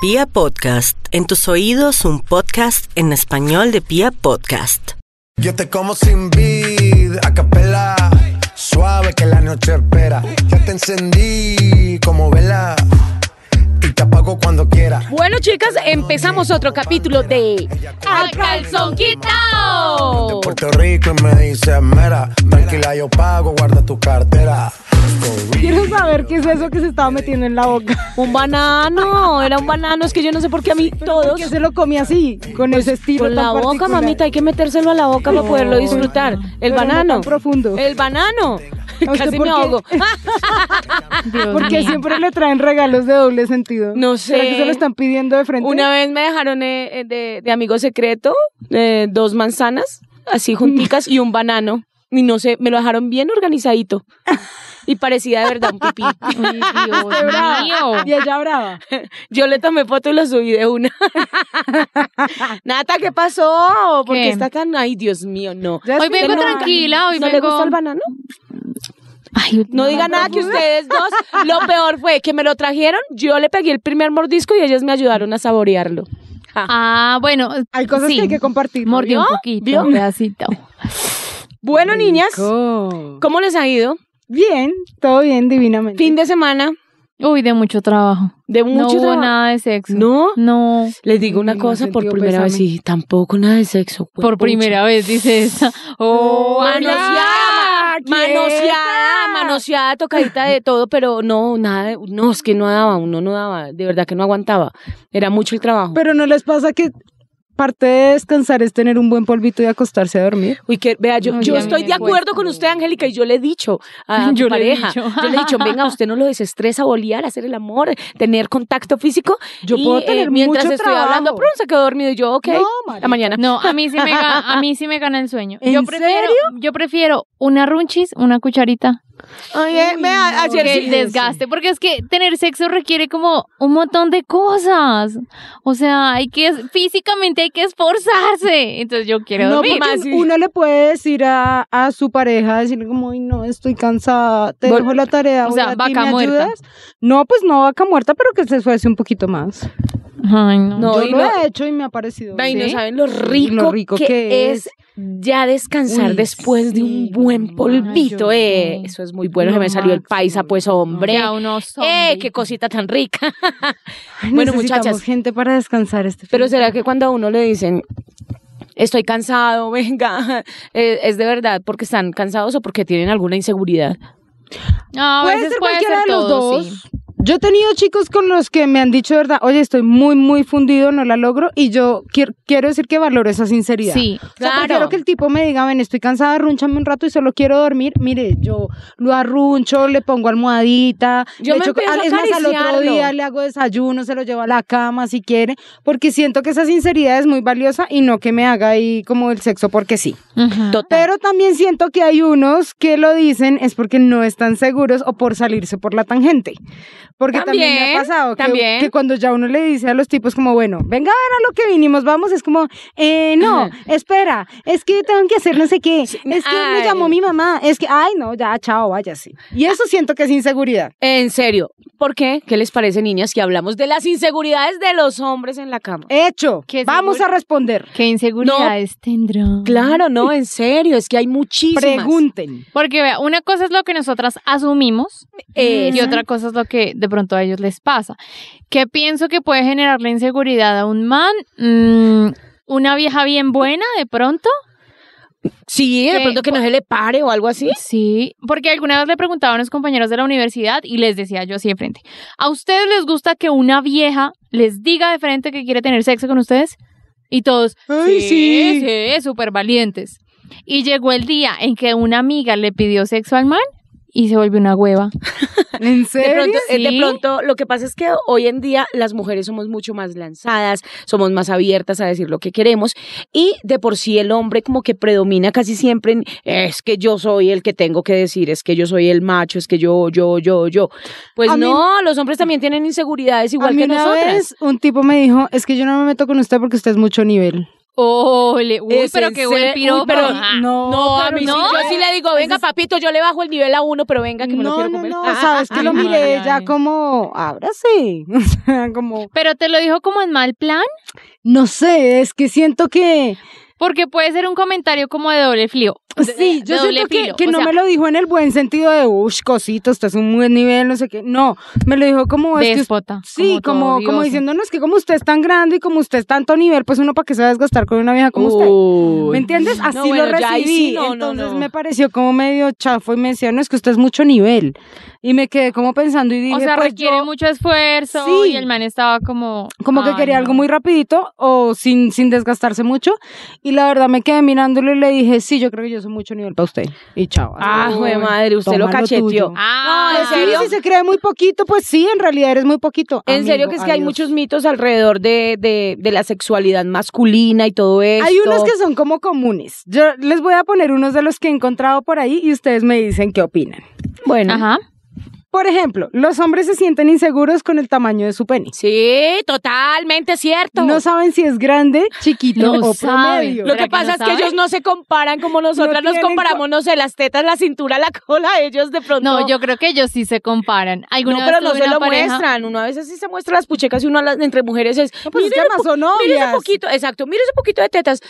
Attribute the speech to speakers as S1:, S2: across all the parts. S1: Pia Podcast, en tus oídos un podcast en español de Pia Podcast.
S2: Yo te como sin vid, a capela, suave que la noche espera. Ya te encendí como vela y te apago cuando quiera.
S3: Bueno, chicas, empezamos otro capítulo de Al Calzón Quitao.
S2: Puerto Rico y me dice, mera, tranquila yo pago, guarda tu cartera.
S4: Quiero saber qué es eso que se estaba metiendo en la boca.
S3: Un banano, era un banano, es que yo no sé por qué a mí
S4: ¿Por
S3: todos Pues
S4: qué se lo come así? Con ese estilo
S3: con
S4: tan
S3: la boca,
S4: particular?
S3: mamita, hay que metérselo a la boca para poderlo disfrutar. El
S4: Pero no
S3: banano.
S4: tan profundo.
S3: El banano.
S4: ¿A usted
S3: Casi me
S4: por qué?
S3: ahogo.
S4: Porque siempre le traen regalos de doble sentido.
S3: No
S4: ¿Será que
S3: sé.
S4: se lo están pidiendo de frente?
S3: Una vez me dejaron eh, eh, de, de amigo secreto eh, dos manzanas, así junticas, y un banano. Y no sé, me lo dejaron bien organizadito. Y parecía de verdad un pipí.
S4: Brava. Y ella brava.
S3: Yo le tomé foto y lo subí de una. Nata, ¿qué pasó? ¿Por qué,
S5: ¿Qué?
S3: está tan.? Ay, Dios mío, no.
S4: Ya
S5: Hoy
S4: estoy
S5: vengo
S3: No,
S4: enojada.
S5: tranquila, hoy
S3: ¿No le
S5: vengo-
S3: gusta el banano?
S5: Ay,
S3: No diga nada que ustedes dos. Lo peor fue que me lo trajeron, yo le pegué el primer mordisco y ellas me ayudaron a saborearlo.
S5: Ah, bueno.
S4: Hay cosas
S5: sí.
S4: que hay que compartir.
S5: Mordí un
S3: ¿Vio?
S5: poquito,
S3: ¿Vio?
S5: un pedacito.
S3: Bueno, niñas,
S4: Co-
S3: ¿cómo les ha ido?
S4: Bien, todo bien, divinamente.
S3: Fin de semana,
S5: Uy, de mucho trabajo.
S3: de mucho
S5: no hubo
S3: trabajo.
S5: nada de sexo.
S3: ¿No?
S5: No.
S3: Les digo una
S4: No
S3: cosa, por
S4: sentido
S3: primera vez,
S4: pésame.
S3: sí, tampoco nada de sexo.
S5: Por
S3: juepucha.
S5: primera vez dice esta. Oh,
S3: Manoseada, ma-
S5: quieta.
S3: manoseada, manoseada, tocadita de todo, pero no, nada, de- no, es que no daba, uno no daba, de verdad que no aguantaba, era mucho el trabajo.
S4: Pero ¿no les pasa que parte de descansar es tener un buen polvito y acostarse a dormir?
S3: Uy, que, vea, yo,
S5: No,
S3: yo
S5: ya a mí
S3: estoy
S5: me
S3: de acuerdo
S5: cuesta.
S3: con usted, Angélica, y yo le he dicho a mi
S5: Yo le he
S3: pareja,
S5: dicho.
S3: yo le he dicho, venga, usted no lo desestresa, bolear, hacer el amor, tener contacto físico.
S4: Yo
S3: y,
S4: puedo
S3: eh,
S4: tener
S3: mientras
S4: mucho
S3: estoy hablando,
S4: trabajo.
S3: pronto se quedó dormido y yo, ok,
S4: No,
S3: la
S4: marica.
S3: mañana.
S5: No, a mí sí me gana, a mí sí me gana el sueño.
S4: ¿En
S5: yo prefiero,
S4: serio?
S5: yo prefiero una runchis, una cucharita.
S3: Oye, eh, vea, ayer
S5: que
S3: sí-
S5: el desgaste, porque es que tener sexo requiere como un montón de cosas. O sea, hay que físicamente hay que esforzarse. Entonces yo quiero
S4: No,
S5: dormir.
S4: porque
S3: más, sí.
S4: uno le puede decir a, a su pareja, decirle como, ay, no, estoy cansada, te
S5: Vol-
S4: dejo la tarea,
S5: o sea,
S4: ahora a ti
S5: vaca
S4: me
S5: muerta.
S4: ayudas. No, pues no vaca muerta, pero que se esfuerce un poquito más.
S5: Ay, no.
S3: No,
S4: Yo
S3: y
S4: lo
S3: no-
S4: he hecho y me ha parecido.
S3: Ay, no
S4: ¿Sí?
S3: saben lo rico,
S4: rico
S3: que,
S4: que
S3: es. ya descansar
S4: Uy,
S3: después de
S4: sí,
S3: un buen
S4: ay,
S3: polvito,
S5: yo
S3: eh.
S5: sé.
S3: Eso es muy bueno,
S5: Lo
S3: se me salió el
S5: máximo,
S3: paisa, pues
S5: no,
S3: hombre.
S5: ya uno
S3: ¡Eh,
S5: zombie.
S3: qué cosita tan rica!
S4: Ay,
S3: Bueno,
S4: necesitamos
S3: muchachas.
S4: gente para descansar este fin
S3: Pero
S4: de
S3: será que cuando a uno le dicen, estoy cansado, venga, eh, es de verdad porque están cansados o porque tienen alguna inseguridad.
S5: A
S4: Puede
S5: veces
S4: ser
S5: puede
S4: cualquiera
S5: ser
S4: de los
S5: todo,
S4: dos.
S5: sí.
S4: Yo he tenido chicos con los que me han dicho, de verdad, oye, estoy muy, muy fundido, no la logro, y yo quiero, quiero decir que valoro esa sinceridad.
S5: Sí,
S4: O sea,
S3: claro.
S4: prefiero que el tipo me diga, ven, estoy cansada, arrúnchame un rato y solo quiero dormir. Mire, yo lo arruncho, le pongo almohadita,
S3: Yo
S4: le
S3: me
S4: echo-
S3: empiezo a
S4: es más, al otro
S3: acariciarlo.
S4: día le hago desayuno, se lo llevo a la cama si quiere, porque siento que esa sinceridad es muy valiosa y no que me haga ahí como el sexo porque sí.
S5: Ujú.
S3: Total.
S4: Pero también siento que hay unos que lo dicen es porque no están seguros o por salirse por la tangente. Porque también, me
S3: También,
S4: ha pasado que,
S3: también.
S4: que cuando ya uno le dice a los tipos como, bueno, venga, a lo que vinimos, vamos, es como, eh, no, espera, es que tengo que hacer no sé qué, es que
S3: ay. Ah.
S4: me llamó mi mamá, es que, ay, no, ya, chao, váyase. Y eso siento que es inseguridad.
S3: En serio, ¿por qué? ¿Qué les parece, niñas, que hablamos de las inseguridades de los hombres en la cama?
S4: Hecho,
S5: Qué
S4: vamos a
S5: seguro.
S4: responder.
S5: qué inseguridades tendrá.
S3: Claro, no, en serio, es que hay muchísimas.
S4: Pregunten.
S5: Porque vea, una cosa es lo que nosotras asumimos
S3: Eh,
S5: y otra cosa es lo que de pronto a ellos les pasa. ¿Qué pienso que puede generar la inseguridad a un man? Mm, una vieja bien buena de pronto.
S3: Sí, de
S5: que-
S3: pronto que no se le pare o algo así.
S5: Sí, porque alguna vez le preguntaba a unos compañeros de la universidad y les decía yo así de frente, ¿a ustedes les gusta que una vieja les diga de frente que quiere tener sexo con ustedes? Y todos,
S4: Ay, sí.
S5: sí, súper valientes. Y llegó el día en que una amiga le pidió sexo al man y se volvió una hueva.
S4: ¿En
S3: De
S4: serio?
S3: pronto, eh, de
S5: Sí.
S3: pronto, lo que pasa es que hoy en día las mujeres somos mucho más lanzadas, somos más abiertas a decir lo que queremos y de por sí el hombre como que predomina casi siempre en es que yo soy el que tengo que decir, es que yo soy el macho, es que yo, yo, yo, yo. Pues
S4: A mí-
S3: no, los hombres también tienen inseguridades igual
S4: a mí
S3: que
S4: una
S3: nosotras.
S4: vez un tipo me dijo, es que yo no me meto con usted porque usted es mucho nivel.
S5: Ole, uy,
S3: Es
S5: pero
S3: en
S5: qué buen
S3: serio, uy,
S5: piropo.
S3: pero
S5: Ajá.
S4: no,
S3: No, a
S4: pero
S3: mí
S5: no.
S3: sí, yo sí le digo, venga, papito, yo le bajo el nivel a uno, pero venga, que me lo
S4: no,
S3: quiero
S4: no,
S3: comer.
S4: no,
S3: Ah,
S4: sabes que lo
S5: ay,
S4: miré
S5: ay,
S4: ya
S5: ay.
S4: como, ábrase, o sea, como,
S5: Pero te lo dijo como en mal plan,
S4: no sé, es que siento que,
S5: porque puede ser un comentario como de doble filo.
S4: sí, yo
S5: doble
S4: siento que,
S5: filo,
S4: que
S5: o
S4: no
S5: sea,
S4: me lo dijo en el buen sentido de, uff, cosito, estás un buen nivel, no sé qué, no, me lo dijo como, es que
S3: pues,
S5: Déspota.
S4: Sí, como, como,
S5: diciendo
S4: diciéndonos que como usted es tan grande y como usted es tanto nivel, pues uno para qué se va a desgastar con una vieja como usted.
S3: Uy.
S4: ¿Me entiendes? Así
S3: bueno,
S4: lo
S3: ya ahí
S4: recibí.
S3: sí, no, no,
S4: entonces
S3: no.
S4: me pareció como medio chafo y me decía, no, es que usted es mucho nivel. Y me quedé como pensando y dije,
S5: o sea,
S4: pues
S5: requiere
S4: yo
S5: mucho esfuerzo
S4: Sí.
S5: y el man estaba como...
S4: como que
S5: "Ay,
S4: quería
S5: no".
S4: algo muy rapidito o sin, sin desgastarse mucho. Y la verdad me quedé mirándolo y le dije, sí, yo creo que yo soy mucho nivel para usted. Y chao. así.
S3: Ah, jue madre, usted
S4: Toma
S3: lo
S4: lo
S3: cacheteó.
S4: tuyo.
S5: Ah,
S3: No, en
S4: Sí,
S3: serio.
S4: si se cree muy poquito, pues sí, en realidad eres muy poquito.
S3: En serio
S4: Amigo,
S3: que es que hay
S4: adiós.
S3: muchos mitos alrededor de, de, de la sexualidad masculina y todo esto.
S4: Hay unos que son como comunes. Yo les voy a poner unos de los que he encontrado por ahí y ustedes me dicen qué opinan.
S3: Bueno.
S5: Ajá.
S4: Por ejemplo, los hombres se sienten inseguros con el tamaño de su pene.
S3: Sí, totalmente cierto.
S4: No saben si es grande, chiquito
S5: No
S4: o
S5: saben.
S4: promedio.
S3: lo
S5: ¿Será
S3: que
S5: que no
S3: pasa es que
S5: saben?
S3: ellos no se comparan como nosotras nos
S4: tienen co-
S3: comparamos, no sé, las tetas, la cintura, la cola, ellos de pronto.
S5: No, yo creo que ellos sí se comparan.
S3: No,
S5: Alguna
S3: pero
S5: vez
S3: no
S5: tuve
S3: se
S5: una
S3: lo
S5: pareja-
S3: muestran. Uno a veces sí se muestra las puchecas y uno a las- entre mujeres es.
S4: No, pues es
S3: "Mire
S4: que
S3: la
S4: más
S3: pu-
S4: son
S3: Mire ese
S4: novias.
S3: poquito, exacto, mire ese poquito de tetas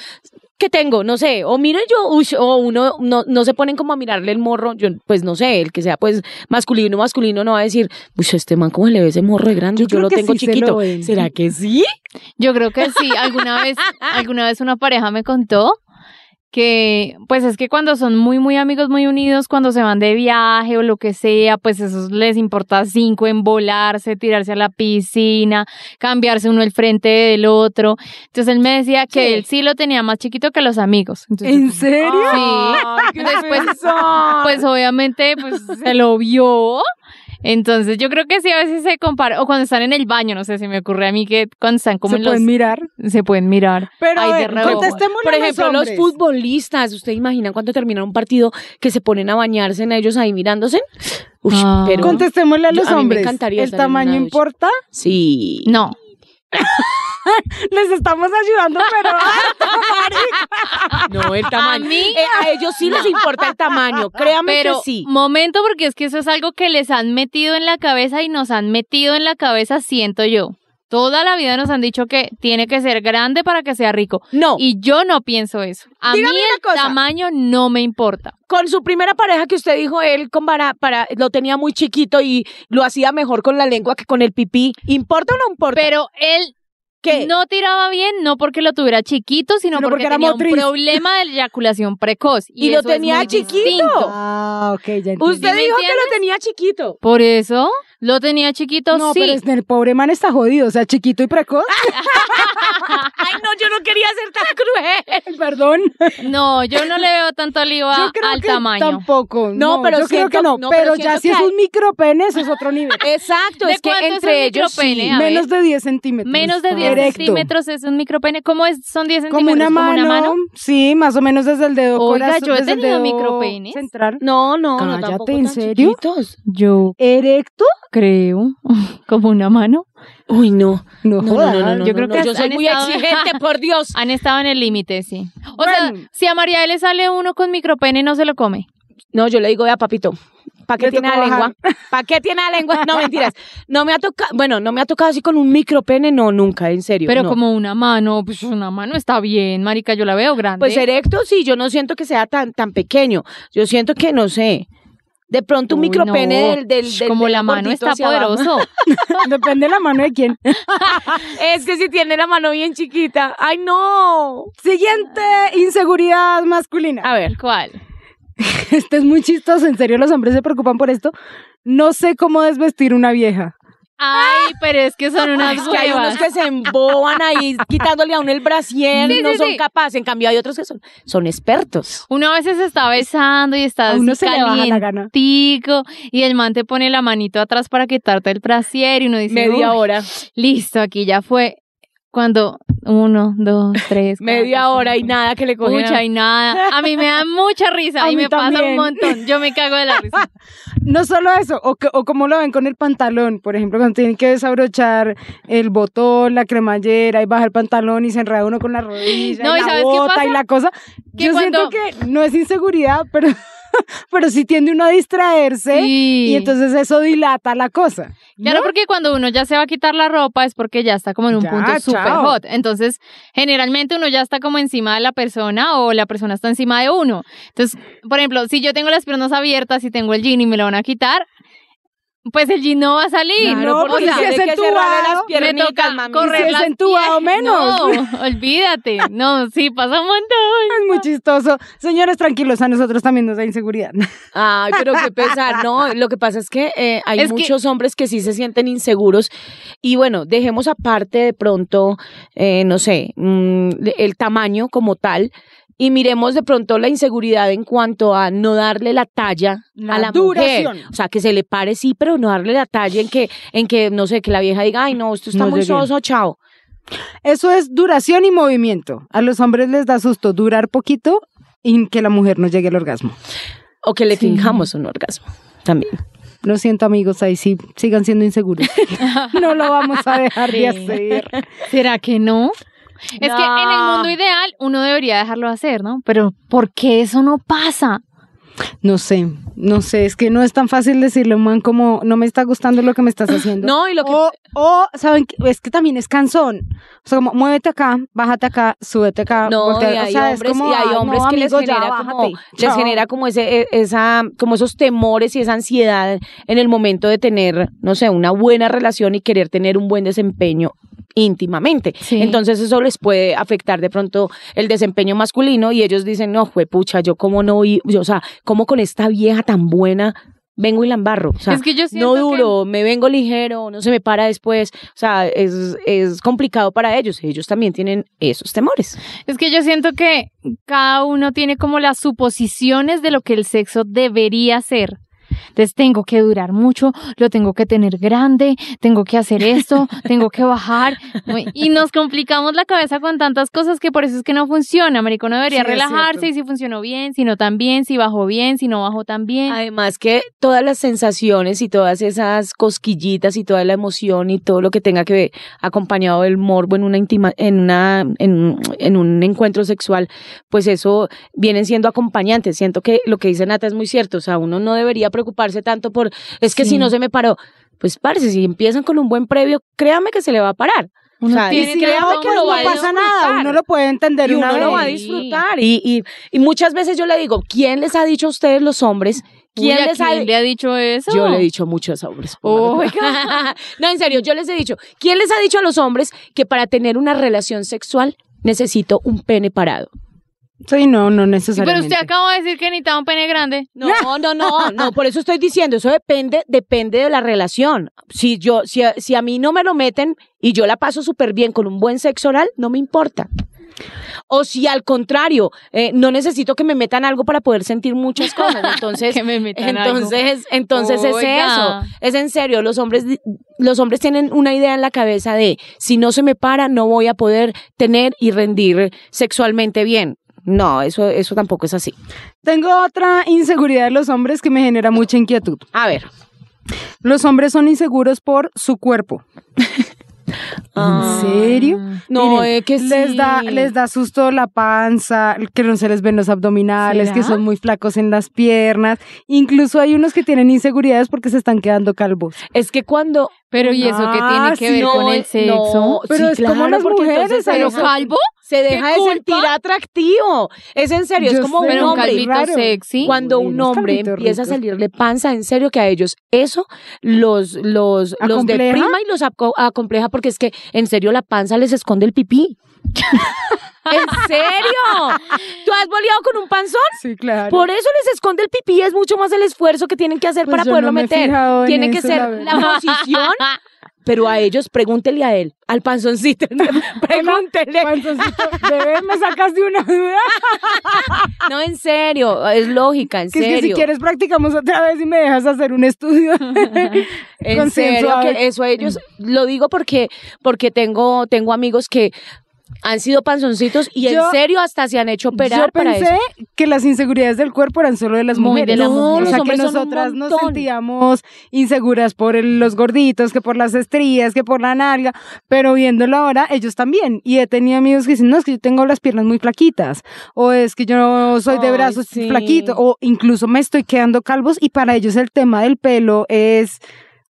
S3: que tengo, no sé, o mire yo, uy, o uno no, no se ponen como a mirarle el morro, yo pues no sé, el que sea pues masculino, masculino no va a decir, uy, este man cómo le ve ese morro de grande,
S4: Yo
S3: yo,
S4: creo
S3: lo
S4: que
S3: tengo
S4: sí se lo
S3: chiquito.
S4: ven.
S3: ¿Será que sí?
S5: Yo creo que sí. Alguna vez, alguna vez una pareja me contó que, pues es que cuando son muy, muy amigos, muy unidos, cuando se van de viaje o lo que sea, pues eso les importa cinco embolarse, tirarse a la piscina, cambiarse uno el frente del otro. Entonces él me decía que
S3: Sí.
S5: él sí lo tenía más chiquito que los amigos. Entonces yo
S4: ¿En
S5: como,
S4: serio?
S3: Ay, qué
S5: Después-
S3: pesar.
S5: pues obviamente pues se lo vio. Entonces yo creo que sí a veces se compara o cuando están en el baño, no sé, se me ocurre a mí que cuando están como
S4: se
S5: en
S4: pueden
S5: los
S4: mirar.
S5: se pueden mirar.
S4: Pero
S5: Ay,
S4: a
S5: de
S4: ver,
S5: nuevo.
S4: contestémosle
S3: Por
S4: a los
S3: ejemplo, los
S4: hombres.
S3: futbolistas, ¿usted imagina cuando termina un partido que se ponen a bañarse en ellos ahí mirándose? Uy,
S5: Ah.
S3: pero
S4: Contestémosle a
S3: Yo-
S4: los
S3: a mí me
S4: hombres.
S3: encantaría
S4: ¿El
S3: estar en
S4: tamaño
S3: una ducha.
S4: importa?
S3: sí.
S5: No.
S4: Les estamos ayudando, pero
S3: No, el tamaño.
S5: A mí-
S3: Eh, a ellos sí les importa el tamaño, créame
S5: Pero
S3: que sí.
S5: momento porque es que eso es algo que les han metido en la cabeza y nos han metido en la cabeza, siento yo. Toda la vida nos han dicho que tiene que ser grande para que sea rico.
S3: No,
S5: Y yo no pienso eso. A
S3: Dígame
S5: mí
S3: una
S5: el
S3: cosa.
S5: tamaño no me importa.
S3: con su primera pareja que usted dijo, él con para, para, lo tenía muy chiquito y lo hacía mejor con la lengua que con el pipí. ¿Importa o no importa?
S5: Pero él
S3: ¿Qué?
S5: no tiraba bien, no porque lo tuviera chiquito, sino,
S4: Sino porque
S5: porque,
S4: era
S5: tenía
S4: motriz.
S5: un problema de eyaculación precoz. Y,
S3: Y lo
S5: eso es
S3: tenía
S5: muy
S3: chiquito.
S5: distinto.
S4: Ah, ok, ya entendí.
S3: usted
S5: ¿Sí me
S3: dijo que
S5: entiendes?
S3: lo tenía chiquito.
S5: Por eso lo tenía chiquito,
S4: No,
S5: sí.
S4: pero es- el pobre man está jodido, o sea, chiquito y precoz.
S3: Ay, no, yo no quería ser tan cruel.
S4: Ay, Perdón.
S5: No, yo no le veo tanto oliva
S4: Yo creo
S5: al
S4: que
S5: tamaño.
S4: tampoco.
S3: No,
S4: No,
S3: pero
S4: pero yo
S3: siento-
S4: creo que Eh, no.
S3: no, pero
S4: pero
S3: siento
S4: ya si
S3: que
S4: es
S3: hay-
S4: un micropene, eso es otro nivel.
S3: Exacto,
S5: ¿De
S3: es que
S5: cuánto es
S3: entre
S5: un
S3: ellos sí.
S5: micropene? A ver.
S4: Menos de 10 centímetros.
S5: Menos de 10
S4: Erecto.
S5: centímetros es un micropene. ¿Cómo es? son 10 centímetros?
S4: Como una, mano, Sí, más o menos desde el dedo.
S5: Oiga,
S4: corazón-
S5: yo he
S4: desde el
S5: tenido
S4: dedo
S5: micropenes.
S4: Central.
S3: No, no, no
S4: Cállate,
S3: tampoco
S4: ¿en
S3: tan
S4: serio?
S3: chiquitos.
S5: Yo
S4: ¿Erecto?
S5: creo. Como una mano.
S3: Uy, no.
S4: No,
S3: No, no,
S4: jodas.
S3: no, no, no,
S5: yo creo
S3: no,
S5: que
S3: yo soy
S5: han
S3: muy
S5: estado-
S3: exigente, por Dios.
S5: Han estado en el límite, sí. O
S4: Bueno.
S5: sea, si a María le sale uno con micropene, no se lo come.
S3: No, yo le digo, vea, papito, ¿para qué
S4: Le
S3: tiene la
S4: tocó
S3: lengua? ¿Para qué tiene la lengua? No, mentiras. No me ha tocado, bueno, no me ha tocado así con un micropene, no, nunca, en serio.
S5: Pero
S3: no.
S5: como una mano, pues una mano está bien, marica, yo la veo grande.
S3: Pues erecto, sí, yo no siento que sea tan, tan pequeño. Yo siento que, no sé, de pronto un
S5: Uy,
S3: micropene
S5: no.
S3: del, del, del-
S5: Como
S3: del
S5: la mano
S3: gordito
S5: está
S3: hacia abajo.
S5: poderoso.
S4: Depende de la mano de quién.
S3: Es que si tiene la mano bien chiquita. ¡Ay, no!
S4: Siguiente inseguridad masculina.
S3: A ver.
S5: ¿Cuál?
S4: Este es muy chistoso. En serio, los hombres se preocupan por esto. No sé cómo desvestir una vieja.
S5: Ay, pero es que son unas
S3: Es que hay
S5: huevas.
S3: unos que se emboban ahí quitándole a uno el brasier,
S5: Sí,
S3: no
S5: sí,
S3: son
S5: sí.
S3: capaces. En cambio, hay otros que son, son expertos.
S5: Uno a veces se está besando y está
S4: A uno
S5: así
S4: se le baja la gana.
S5: calientico y el man te pone la manito atrás para quitarte el brasier y uno dice,
S3: Media
S5: "Uy,
S3: hora.
S5: listo, aquí ya fue. Cuando Uno, dos, tres. cuatro,
S3: Media hora y
S5: cinco.
S3: nada que le cogen. a-
S5: Mucha y nada. A mí me da mucha risa
S4: A
S5: y
S4: mí
S5: me pasa
S4: también.
S5: un montón. Yo me cago de la risa.
S4: No solo eso, o, que- o como lo ven con el pantalón, por ejemplo, cuando tienen que desabrochar el botón, la cremallera y baja el pantalón y se enreda uno con la rodilla
S5: No,
S4: y,
S5: ¿y
S4: la
S5: sabes qué
S4: bota
S5: pasa?
S4: y la cosa.
S5: Que
S4: Yo siento
S5: cuando-
S4: que no es inseguridad, pero, pero sí tiende uno a distraerse
S5: Sí.
S4: y entonces eso dilata la cosa.
S5: Claro,
S4: ¿no?
S5: porque cuando uno ya se va a quitar la ropa es porque ya está como en un
S4: Ya,
S5: punto súper
S4: chao.
S5: hot. Entonces, generalmente uno ya está como encima de la persona o la persona está encima de uno. Entonces, por ejemplo, si yo tengo las piernas abiertas y tengo el jean y me lo van a quitar, pues el jean no va a salir.
S4: Claro,
S5: O
S4: porque
S5: sea,
S4: si es
S3: tiene que
S4: entubado,
S3: cerrarle las
S4: me
S5: me
S3: piernitas,
S5: toca
S3: mami.
S5: correr
S4: Si es
S5: las
S4: entubado,
S5: pier-
S4: menos.
S5: No, olvídate. No, sí, pasa un montón.
S4: Es muy chistoso. Señores, tranquilos, a nosotros también nos da inseguridad.
S3: Ay, pero qué pesar. No, lo que pasa es que eh, hay
S5: Es que-
S3: muchos hombres que sí se sienten inseguros. Y bueno, dejemos aparte de pronto, eh, no sé, mm, de- el tamaño como tal. Y miremos de pronto la inseguridad en cuanto a no darle la talla a la mujer. O sea, que se le pare sí, pero no darle la talla en que, en que no sé, que la vieja diga, ay, no, esto está
S4: No
S3: muy
S4: llegué".
S3: soso, chao.
S4: Eso es duración y movimiento. A los hombres les da susto durar poquito y que la mujer no llegue al orgasmo.
S3: O que le
S5: Sí.
S3: fijamos un orgasmo también.
S4: Lo siento, amigos, ahí sí, sigan siendo inseguros. no lo vamos a dejar
S5: Sí.
S4: de hacer.
S5: ¿Será que no? Es que en el
S3: No.
S5: mundo ideal uno debería dejarlo hacer, ¿no? Pero ¿por qué eso no pasa?
S4: No sé, no sé, es que no es tan fácil decirle a un man como no me está gustando lo que me estás haciendo.
S3: No, y lo que
S4: O, o, ¿saben? qué? Es que también es cansón. O sea, como, muévete acá, bájate acá, súbete acá.
S3: No,
S4: voltea.
S3: y
S4: Ah, O
S3: hay
S4: sea, es
S3: hombres,
S4: como,
S3: y hay
S4: "Ay, no,
S3: hombres que
S4: amigo,
S3: les
S4: ya,
S3: genera como,
S4: bájate,
S3: les
S4: chao".
S3: genera como ese, e- esa, como esos temores y esa ansiedad en el momento de tener, no sé, una buena relación y querer tener un buen desempeño íntimamente.
S5: Sí.
S3: Entonces eso les puede afectar de pronto el desempeño masculino y ellos dicen, no, fue pucha, yo cómo no, i- yo, o sea, cómo con esta vieja tan buena vengo y la embarro. O sea,
S5: es que yo siento
S3: no
S5: que-
S3: duro, me vengo ligero, no se me para después. O sea, es, es complicado para ellos. Ellos también tienen esos temores.
S5: Es que yo siento que cada uno tiene como las suposiciones de lo que el sexo debería ser. Entonces tengo que durar mucho, lo tengo que tener grande, tengo que hacer esto, tengo que bajar. Uy, Y nos complicamos la cabeza con tantas cosas que por eso es que no funciona. Marico no debería
S4: Sí, es
S5: relajarse
S4: cierto.
S5: y si funcionó bien, si no tan bien, si bajó bien, si no bajó tan bien.
S3: Además que todas las sensaciones y todas esas cosquillitas y toda la emoción y todo lo que tenga que ver acompañado del morbo en una intima, en una, en, en un encuentro sexual, pues eso vienen siendo acompañantes. Siento que lo que dice Nata es muy cierto. O sea, uno no debería preocuparse tanto por, es que si
S5: Sí.
S3: no se me paró. Pues parce, si empiezan con un buen previo, créame que se le va a parar.
S5: Uno
S3: o sea,
S5: tiene
S4: Y si
S5: que
S4: le
S5: haber
S4: da,
S5: todo
S4: pues,
S5: lo
S4: no
S5: válido.
S4: pasa nada, uno lo puede entender
S3: y
S4: una
S3: uno
S4: vez.
S3: lo va a
S5: Sí.
S3: disfrutar. Y, y, y muchas veces yo le digo, ¿quién les ha dicho a ustedes los hombres?
S5: Uy, ¿a
S3: ¿Quién les ha
S5: le ha dicho eso?
S3: Yo le he dicho a muchos hombres. póngalo
S5: Uy.
S3: tú. no, en serio, yo les he dicho. ¿Quién les ha dicho a los hombres que para tener una relación sexual necesito un pene parado?
S4: Sí, no, no
S5: Sí, pero
S4: necesariamente.
S5: usted acaba de decir que necesitaba un pene grande.
S3: No, no, no, no, por eso estoy diciendo, eso depende, depende de la relación. Si yo, si a, si a mí no me lo meten y yo la paso súper bien con un buen sexo oral, no me importa. O si al contrario, eh, no necesito que me metan algo para poder sentir muchas cosas. Entonces,
S5: Que me metan algo.
S3: entonces, entonces es
S5: Oiga.
S3: eso. Es en serio, los hombres, di- los hombres tienen una idea en la cabeza de si no se me para, no voy a poder tener y rendir sexualmente bien. No, eso, eso tampoco es así.
S4: Tengo otra inseguridad de los hombres que me genera mucha inquietud.
S3: A ver.
S4: Los hombres son inseguros por su cuerpo.
S3: Ah.
S4: ¿En serio?
S3: No,
S4: Miren,
S3: es que
S4: les
S3: sí.
S4: da les da susto la panza, que no se les ven los abdominales, que
S5: ¿Será?
S4: son muy flacos en las piernas. Incluso hay unos que tienen inseguridades porque se están quedando calvos.
S3: Es que cuando.
S5: Pero ¿y eso qué
S4: Ah,
S5: tiene que
S4: sí,
S5: ver
S3: no,
S5: con el
S3: no,
S5: sexo?
S3: sí,
S4: Pero es como
S3: claro,
S4: las
S3: porque
S4: mujeres,
S3: entonces
S5: ¿Pero
S4: pero-
S3: se deja-
S5: calvo?
S3: se deja de
S5: culpa?
S3: sentir atractivo. Es en serio,
S4: Yo
S3: es como
S4: sé.
S3: un
S5: Pero un
S3: hombre.
S5: calvito
S4: raro.
S5: sexy.
S3: Cuando
S4: Uy,
S3: un
S4: unos
S3: hombre
S4: calvitos
S3: empieza a
S4: ricos.
S3: salirle panza, en serio que a ellos eso los, los, los
S4: ¿Acompleja?
S3: deprima y los aco- acompleja porque es que en serio la panza les esconde el pipí. ¿En serio? ¿Tú has boleado con un panzón?
S4: Sí, claro.
S3: Por eso les esconde el pipí, es mucho más el esfuerzo que tienen que hacer
S4: Pues
S3: para
S4: yo
S3: poderlo
S4: no me he
S3: meter.
S4: fijado en
S3: Tiene que
S4: eso,
S3: ser
S4: la
S3: la,
S4: verdad.
S3: posición, pero a ellos pregúntele a él, al panzoncito, pregúntele.
S4: Panzoncito, bebé, me sacas de una duda.
S3: Ah, No, en serio, es lógica, en
S4: Que es que si
S3: serio.
S4: quieres practicamos otra vez y me dejas hacer un estudio.
S3: en serio
S4: consensuado.
S3: que eso ellos lo digo porque porque tengo tengo amigos que Han sido panzoncitos y en
S4: Yo-
S3: serio hasta se han hecho operar
S4: Yo
S3: para eso.
S4: pensé que las inseguridades del cuerpo eran solo de las
S5: Muy de
S4: mujeres.
S5: la mujer.
S4: o
S5: Los
S4: sea, que
S3: hombres son un
S4: nosotras nos
S3: montón.
S4: sentíamos inseguras por el- los gorditos, que por las estrías, que por la nalga, pero viéndolo ahora, ellos también. Y he tenido amigos que dicen, no, es que yo tengo las piernas muy flaquitas, o es que yo soy de
S3: Ay,
S4: brazos
S3: sí.
S4: flaquitos, o incluso me estoy quedando calvos y para ellos el tema del pelo es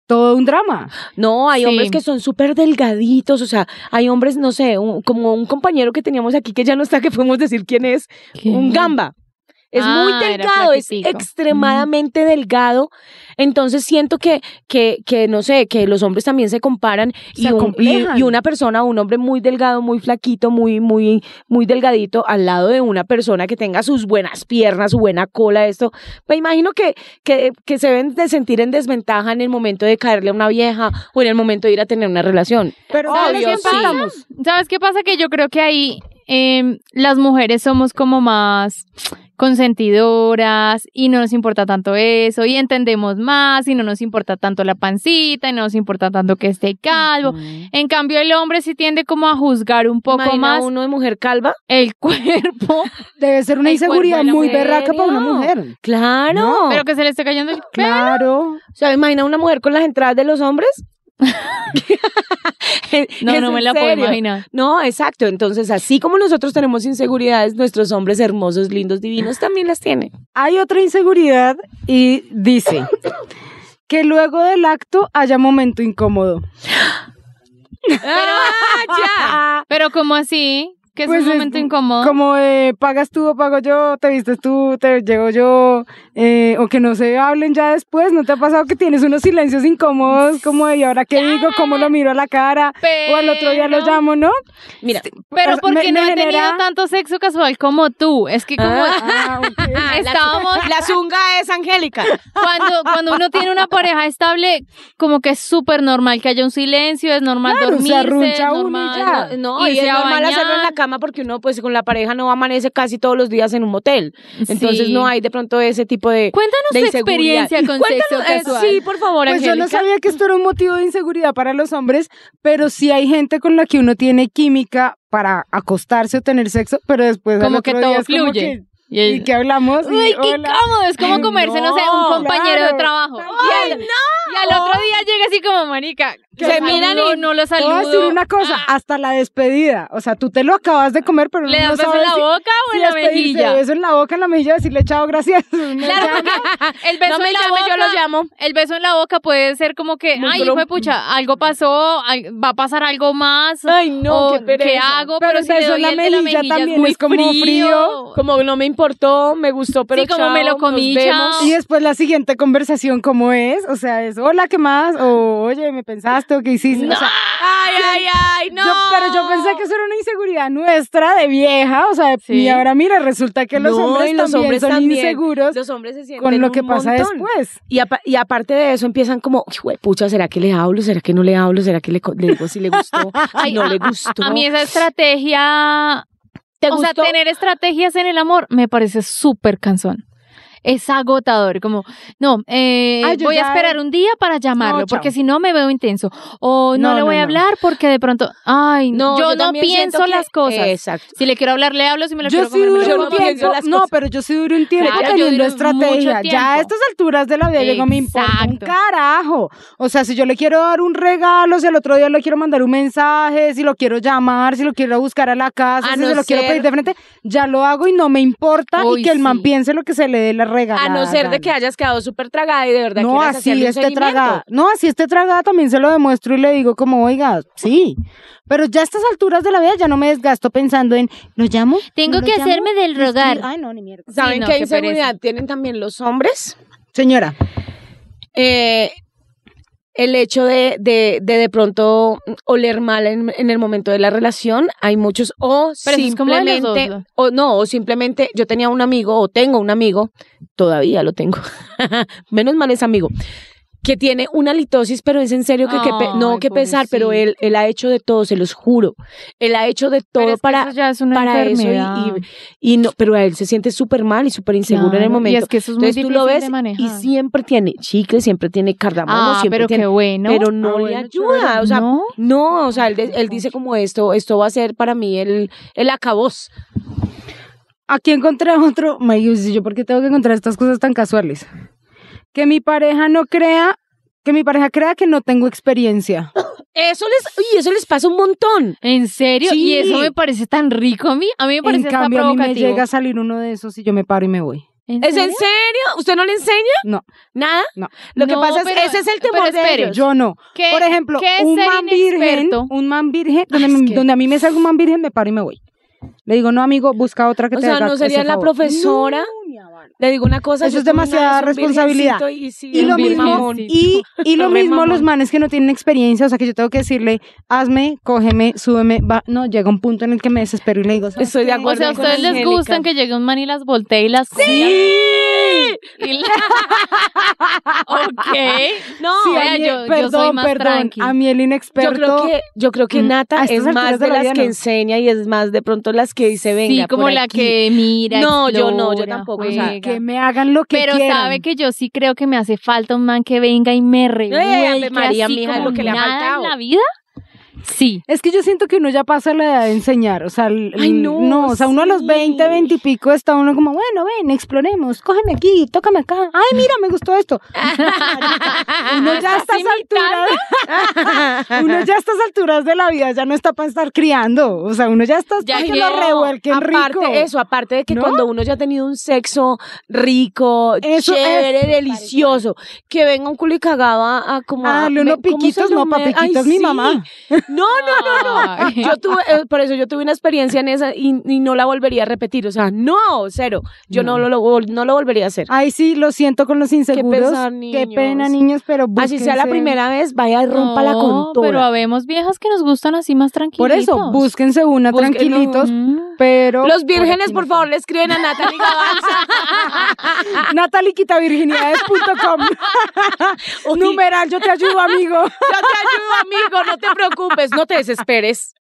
S4: todo un drama.
S3: No, hay
S5: Sí.
S3: hombres que son súper delgaditos, o sea, hay hombres, no sé, un- como un compañero que teníamos aquí que ya no está, que podemos decir quién es, un gamba. Es
S5: Ah,
S3: muy
S5: era
S3: delgado, es
S5: flaquitico.
S3: extremadamente delgado. Entonces siento que, que, que, no sé, que los hombres también se comparan
S4: Se
S3: y, un- y,
S4: acomplejan.
S3: y una persona, un hombre muy delgado, muy flaquito, muy, muy, muy delgadito, al lado de una persona que tenga sus buenas piernas, su buena cola, esto. Me imagino que, que, que se deben de sentir en desventaja en el momento de caerle a una vieja o en el momento de ir a tener una relación.
S4: Pero
S5: ¿sabes qué pasa? ¿Sabes qué pasa? Que yo creo que ahí em, las mujeres somos como más consentidoras y no nos importa tanto eso y entendemos más y no nos importa tanto la pancita y no nos importa tanto que esté calvo. En cambio, el hombre sí tiende como a juzgar un poco
S3: Imagina
S5: más
S3: uno de mujer calva?
S5: el cuerpo,
S4: Debe ser una
S5: El cuerpo de
S4: inseguridad
S5: la
S4: muy
S5: mujer,
S4: berraca para una
S3: ¿no?
S4: mujer.
S3: Claro.
S5: pero que se le esté cayendo el pelo.
S4: Claro.
S3: O sea, imagina una mujer con las entradas de los hombres.
S5: No,
S3: Es
S5: no me
S3: en
S5: la puedo
S3: serio.
S5: imaginar.
S3: No, exacto. Entonces, así como nosotros tenemos inseguridades, nuestros hombres hermosos, lindos, divinos también las tienen.
S4: Hay otra inseguridad y dice que luego del acto haya momento incómodo.
S3: Ah,
S5: Pero como así, que es
S4: Pues
S5: un momento incómodo.
S4: Como de, pagas tú o pago yo, te vistes tú, te llego yo, eh, o que no se hablen ya después. ¿No te ha pasado que tienes unos silencios incómodos como de, ¿y ahora qué digo? ¿Cómo lo miro a la cara? O al otro día lo
S5: Pero-
S4: llamo, ¿no?
S3: Mira,
S5: Pero
S4: O sea,
S5: porque
S4: me-
S5: no
S4: me
S5: he tenido
S4: genera-
S5: tanto sexo casual como tú. Es que como
S4: Ah, ok.
S5: estábamos
S3: la zunga es Angélica.
S5: cuando, cuando uno tiene una pareja estable, como que es súper normal que haya un silencio, es normal
S4: Claro, se
S5: dormirse, es
S4: arruncha uno y
S5: normal
S4: ya.
S3: No, y
S5: irse
S3: es
S5: a
S3: normal
S5: bañar.
S3: hacerlo en la cama porque uno, pues, con la pareja no amanece casi todos los días en un motel. Entonces,
S5: Sí.
S3: no hay de pronto ese tipo de.
S5: Cuéntanos
S3: de
S5: tu
S3: inseguridad.
S5: experiencia con sexo
S3: Cuéntanos, eh,
S5: casual.
S3: sí, por favor,
S4: Pues yo
S3: Angélica.
S4: no sabía que esto era un motivo de inseguridad para los hombres, pero sí hay gente con la que uno tiene química para acostarse o tener sexo, pero después al
S5: Como que
S4: otro día
S5: todo
S4: es como
S5: fluye.
S4: que- ¿Y qué hablamos? Y
S5: Uy, qué
S4: hola.
S5: cómodo, es como
S4: Ay,
S5: comerse, no, sé, un
S4: no,
S5: compañero de
S4: claro.
S5: trabajo.
S4: Ay,
S5: y, al, y al otro día llega así como marica.
S4: Que
S5: lo
S4: se
S5: saludo,
S3: miran y-
S5: no lo
S4: Te voy
S5: saludo.
S4: a decir una cosa, hasta la despedida. O sea, tú te lo acabas de comer, pero
S5: Ah. ¿Le
S4: uno
S5: das
S4: no
S5: beso
S4: sabe
S5: en la
S4: si-
S5: boca o
S4: si
S5: en la
S4: despedirse,
S5: mejilla?
S4: Beso en la boca, en la mejilla, decirle chao, gracias. No,
S5: Claro,
S4: ya,
S5: porque el beso
S3: No me
S5: en la
S3: llame,
S5: boca,
S3: yo lo llamo.
S5: El beso en la boca puede ser como que, ay, hijo de pucha, algo pasó, al- va a pasar algo más.
S3: Ay, no,
S5: o,
S3: qué pereza.
S5: Oh, hago?
S4: Pero
S5: Pero,
S4: el
S5: si le
S4: beso en
S5: doy
S4: la
S5: el de la
S4: mejilla
S5: mejilla
S4: también
S5: muy
S4: es como frío.
S3: Como no me importó, me gustó, pero
S5: como
S3: chao,
S5: me lo comí,
S3: nos
S5: chao.
S3: vemos.
S4: Y después la siguiente conversación, ¿cómo es? O sea, es hola, ¿qué más? O oye, ¿me pensaste o qué hiciste? O sea,
S3: Ay, ay, ay, no.
S4: Yo- pero yo pensé que eso era una inseguridad nuestra de vieja, o sea,
S5: Sí.
S4: y ahora mira, resulta que los
S3: No,
S4: hombres
S3: y los
S4: también
S3: hombres
S4: son
S3: también.
S4: inseguros
S3: los hombres se sienten
S4: con lo
S3: un
S4: que pasa
S3: montón.
S4: después.
S3: Y, apa- y aparte de eso empiezan como, "Hijo de pucha, ¿será que le hablo? ¿Será que no le hablo? ¿Será que le, co- le digo si le gustó? Si
S5: Ay,
S3: no
S5: a-
S3: le gustó.
S5: A mí esa estrategia,
S3: ¿Te
S5: o sea,
S3: gustó?
S5: tener estrategias en el amor me parece súper cansón. Es agotador, como, no, eh,
S4: Ay, yo
S5: voy a
S4: ya-
S5: esperar un día para llamarlo,
S4: No, chao.
S5: porque si no me veo intenso. O no,
S4: No,
S5: le
S4: no,
S5: voy a
S4: no.
S5: hablar porque de pronto, ay, no, yo, no
S3: también siento
S5: pienso
S3: que-
S5: las cosas.
S3: Exacto.
S5: Si le quiero hablar, le hablo, si me lo
S4: Yo
S5: quiero
S4: sí
S5: comer, me lo
S4: duré
S5: como.
S4: un
S3: como pienso
S4: tiempo,
S3: las
S4: no,
S3: cosas.
S4: pero yo sí duré un tiempo
S5: Claro, yo
S4: teniendo
S5: duré mucho
S4: estrategia.
S5: tiempo.
S4: Ya a estas alturas de la vida digo, me importa un
S5: Exacto.
S4: carajo. O sea, si yo le quiero dar un regalo, si el otro día le quiero mandar un mensaje, si lo quiero llamar, si lo quiero buscar a la casa,
S3: A
S4: si
S3: no
S4: se lo quiero
S3: ser-
S4: pedir de frente, ya lo hago y no me importa
S5: Uy,
S4: y que el man
S5: sí.
S4: piense lo que se le dé la regalada.
S3: A no ser de
S4: gana.
S3: que hayas quedado súper tragada y de verdad
S4: No,
S3: quieras
S4: así este
S3: hacerle un
S4: esté
S3: seguimiento.
S4: tragada. No, así esté tragada también se lo demuestro y le digo como, oiga, sí. Pero ya a estas alturas de la vida ya no me desgasto pensando en, ¿lo llamo?
S5: Tengo
S4: ¿No lo
S5: que
S4: llamo?
S5: hacerme del
S4: ¿Le escribo?
S5: rogar.
S4: Ay, no, ni mierda.
S3: ¿Saben
S5: Sí, no,
S3: qué
S5: qué pereza.
S3: inseguridad tienen también los hombres?
S4: Señora,
S3: eh, el hecho de de, de de pronto oler mal en, en el momento de la relación, hay muchos, o
S5: Pero eso es como de los
S3: simplemente,
S5: dos,
S3: o no, o simplemente yo tenía un amigo, o tengo un amigo, todavía lo tengo, menos mal es amigo, que tiene una litosis, pero es en serio que, que pe- no,
S5: Ay,
S3: que pesar, pero él, él ha hecho de todo, se los juro. Él ha hecho de todo
S5: Pero es que
S3: para,
S5: eso ya es una
S3: para eso y-
S5: enfermedad.
S3: y, y no, pero a él se siente súper mal y súper inseguro en el
S5: Claro,
S3: momento.
S5: Y es que eso es muy
S3: Entonces tú
S5: difícil
S3: lo ves
S5: de manejar.
S3: y siempre tiene chicle, siempre tiene cardamomo,
S5: ah,
S3: siempre
S5: pero
S3: tiene,
S5: qué bueno.
S3: pero no
S4: Ah,
S3: le
S4: bueno,
S3: ayuda, o sea, no,
S5: No.
S3: o sea, él, de- él dice como esto, esto va a ser para mí el el acabos.
S4: Aquí encontré otro. Mayus, yo por qué tengo que encontrar estas cosas tan casuales. Que mi pareja no crea, que mi pareja crea que no tengo experiencia.
S3: Eso les y eso les pasa un montón.
S5: ¿En serio?
S4: Sí.
S5: Y eso me parece tan rico a mí. A mí me parece
S4: En
S5: tan
S4: cambio, a mí me
S5: provocativo.
S4: llega a salir uno de esos y yo me paro y me voy.
S5: ¿En
S3: ¿Es en
S5: serio?
S3: serio? ¿Usted no le enseña?
S4: No.
S3: ¿Nada?
S4: No.
S3: Lo que
S5: No,
S3: pasa es
S5: pero-
S3: ese es el
S5: pero
S3: temor de
S5: espere,
S3: ellos.
S4: Yo no.
S5: ¿Qué-
S4: Por ejemplo,
S5: qué es
S4: un
S5: ser
S4: man virgen,
S5: inexperto?
S4: un man virgen, donde,
S3: Ay, es
S4: me-
S3: que-
S4: donde a mí me salga un man virgen, me paro y me voy. Le digo, no, amigo, busca otra que
S3: O
S4: te
S3: sea,
S4: haga
S3: ¿no
S4: ese
S3: sería la
S4: favor".
S3: profesora?
S4: No, ni a bala.
S3: Le digo una cosa,
S4: Eso
S3: yo
S4: es
S3: tuve una vez
S4: demasiada
S3: un
S4: responsabilidad.
S3: virgencito Y, sí,
S4: Y
S3: era
S4: lo
S3: un
S5: bien
S4: mismo,
S3: mamón.
S5: mamón.
S4: y, y lo
S3: Re
S4: mismo
S3: mamón.
S4: los manes que no tienen experiencia, o sea que yo tengo que decirle, hazme, cógeme, súbeme, va. No, llega un punto en el que me desespero y le digo, ¿sabes
S3: Estoy de
S4: qué?
S5: O
S3: acuerdo.
S5: sea, ¿a
S3: con
S5: ustedes les
S3: Angélica.
S5: gustan que llegue un man y las voltee y las
S3: ¡Sí!
S5: Y la- ok. No,
S4: Sí,
S5: vea,
S4: a mí-
S5: yo, yo
S4: perdón,
S5: soy más
S4: perdón,
S5: tranqui.
S4: a mí el inexperto.
S3: Yo creo que, yo creo que
S4: Mm,
S3: Nata
S4: a
S3: es
S4: estas
S3: más
S4: alturas de
S3: de
S4: la
S3: las
S4: vida
S3: que
S4: no.
S3: enseña y es más de pronto las que dice venga.
S5: sí, como
S3: por
S5: la
S3: aquí".
S5: que mira.
S3: No, yo no, yo
S5: explora,
S3: tampoco, o sea,
S5: juega.
S4: que me hagan lo que
S5: Pero
S4: quieran.
S5: sabe que yo sí creo que me hace falta un man que venga y me revuelque
S3: Ave María,
S5: así
S3: mija,
S5: como
S3: lo que le ha
S5: nada
S3: faltado.
S5: en la vida. Sí.
S4: Es que yo siento que uno ya pasa la edad de enseñar, o sea, el-
S3: Ay, no,
S4: o sea, uno a los
S3: sí.
S4: 20, 20 y pico está uno como, bueno, ven, exploremos, cógeme aquí, tócame acá, ay, mira, me gustó esto. uno ya a estas alturas, uno ya a estas alturas de la vida ya no está para estar criando, o sea, uno ya está
S5: Ya
S4: para que
S5: llegó.
S4: lo revuelquen
S3: aparte
S4: rico.
S3: eso, aparte de que
S4: ¿No?
S3: cuando uno ya ha tenido un sexo rico,
S4: Eso
S3: chévere,
S4: es, me
S3: delicioso, que venga un culo y cagado a, a como
S4: Ah,
S3: a-
S4: unos
S3: me- ¿cómo se
S4: piquitos,
S3: lo
S4: no,
S3: me-
S4: papiquitos,
S3: Ay,
S4: mi
S3: sí.
S4: mamá.
S3: No, no, no, no.
S5: Ay.
S3: Yo tuve, eh, por eso yo tuve una experiencia en esa y, y no la volvería a repetir. O sea, no, cero. Yo no, lo, lo vol- no lo volvería a hacer.
S4: Ay, sí, lo siento con los inseguros.
S3: pesar,
S4: Qué
S3: niños.
S4: pena, niños, pero
S3: Así sea la
S4: búsquense-
S3: primera vez, vaya, rómpala
S5: no,
S3: con toda.
S5: Pero habemos viejas que nos gustan así más tranquilitos.
S4: Por eso, búsquense una
S3: Busquen-
S4: tranquilitos,
S5: Mm.
S4: pero
S3: Los vírgenes,
S4: aquí
S3: por
S4: no.
S3: favor, le escriben a Natalie
S4: nataliquitavirginidades.com
S3: Uy.
S4: Numeral, yo te ayudo, amigo.
S3: Yo te ayudo, amigo, no te preocupes, no te desesperes.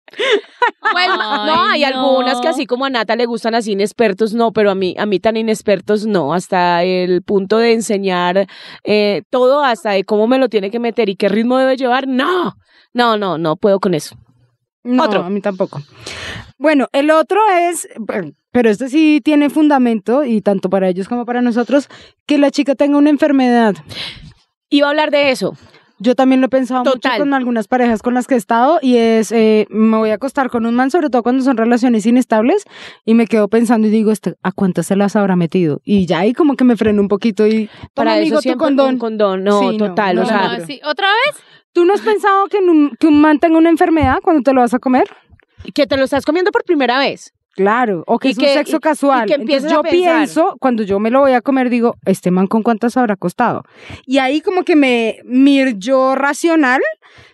S3: Bueno, no, hay
S5: Ay,
S3: algunas
S5: no.
S3: que así como a Nata le gustan así inexpertos, no, pero a mí, a mí tan inexpertos no, hasta el punto de enseñar eh, todo, hasta de cómo me lo tiene que meter y qué ritmo debe llevar, no, no, no, no puedo con eso.
S4: No,
S3: Otro.
S4: a mí tampoco. Bueno, el otro es, bueno, pero este sí tiene fundamento, y tanto para ellos como para nosotros, que la chica tenga una enfermedad.
S3: Iba a hablar de eso.
S4: Yo también lo he pensado
S3: Total.
S4: mucho con algunas parejas con las que he estado y es, eh, me voy a acostar con un man, sobre todo cuando son relaciones inestables, y me quedo pensando y digo, "Este, ¿a cuántas se las habrá metido? Y ya ahí como que me freno un poquito y, toma,
S3: Para
S4: amigo,
S3: eso
S4: tu
S3: siempre un
S4: condón.
S3: condón, no,
S4: Sí, no,
S3: total,
S4: no,
S3: o sea,
S5: No, sí. ¿Otra vez?
S4: ¿Tú no has pensado que en un, que un man tenga una enfermedad cuando te lo vas a comer?
S3: que te lo estás comiendo por primera vez.
S4: Claro, o que
S3: Y
S4: es
S3: que-
S4: un sexo
S3: y-
S4: casual.
S3: y que
S4: Entonces,
S3: empieces a
S4: yo
S3: pensar.
S4: pienso, cuando yo me lo voy a comer, digo, este man con cuántas habrá costado. Y ahí como que me, mi yo racional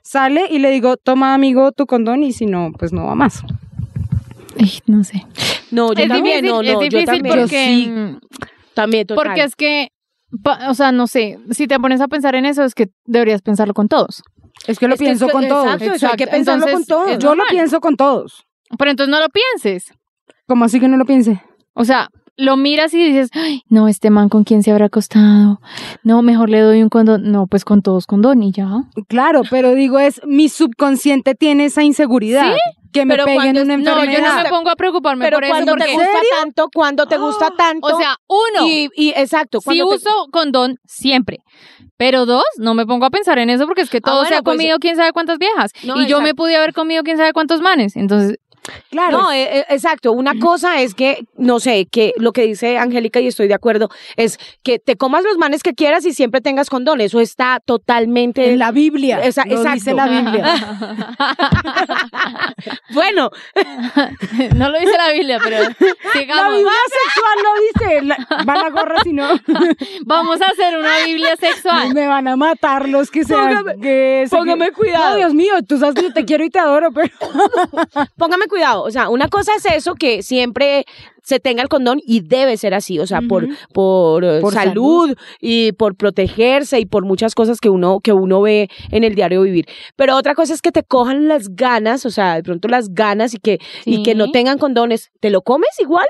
S4: sale y le digo, toma amigo tu condón y si no, pues no va más.
S5: Ay, no sé.
S3: No, Pues yo
S5: es
S3: también,
S5: difícil,
S3: no,
S5: es
S3: no, yo
S5: difícil
S3: también.
S5: porque... mm,
S3: Sí, también, total.
S5: Porque es que, pa- o sea, no sé, si te pones a pensar en eso, es que deberías pensarlo con todos.
S4: Es que lo
S3: Es que
S4: pienso
S3: es-
S4: con todos.
S3: exacto, eso hay que
S5: Exacto,
S3: pensarlo
S5: entonces,
S3: con todos.
S5: es
S4: Yo lo
S5: normal.
S4: pienso con todos.
S5: Pero entonces no lo pienses.
S4: ¿Cómo así que no lo piense?
S5: O sea, lo miras y dices, Ay, no, este man con quién se habrá acostado. No, mejor le doy un condón. No, pues con todos condón y ya.
S4: Claro, pero digo, es mi subconsciente tiene esa inseguridad. Que me
S3: Pero
S4: peguen
S3: cuando-
S4: una
S3: no,
S5: No,
S4: enfermedad.
S5: yo no me pongo a preocuparme
S3: Pero
S5: por eso
S3: cuando te
S5: porque,
S3: gusta tanto, cuando te gusta tanto.
S5: o sea, uno,
S3: y, y exacto.
S5: si
S3: cuando te-
S5: uso condón siempre. Pero dos, no me pongo a pensar en eso porque es que todo
S3: bueno,
S5: se ha
S3: pues-
S5: comido quién sabe cuántas viejas.
S3: No,
S5: y yo me
S3: exacto.
S5: pude haber comido quién sabe cuántos manes. Entonces,
S4: Claro.
S3: No, eh, eh, exacto. Una cosa es que, no sé, que lo que dice Angélica, y estoy de acuerdo, es que te comas los manes que quieras y siempre tengas condón. Eso está totalmente.
S4: en la Biblia.
S3: Esa-
S4: lo dice
S3: exacto.
S4: la Biblia.
S3: Bueno,
S5: no lo dice la Biblia, pero
S4: La
S5: sigamos.
S4: Biblia sexual no dice. la- va la gorra, si no
S5: Vamos a hacer una Biblia sexual.
S4: me van a matar los que sean.
S3: Póngame-
S4: que se-
S3: póngame cuidado.
S4: No, Dios mío, tú sabes que yo te quiero y te adoro, pero.
S3: póngame cuidado. O sea, una cosa es eso que siempre se tenga el condón y debe ser así, o sea, por,
S5: Ujú.
S3: por, eh,
S4: Por
S3: salud, y por protegerse y por muchas cosas que uno, que uno ve en el diario vivir. Pero otra cosa es que te cojan las ganas, o sea, de pronto las ganas y que, y que no
S5: Sí.
S3: tengan condones. ¿Te lo comes igual?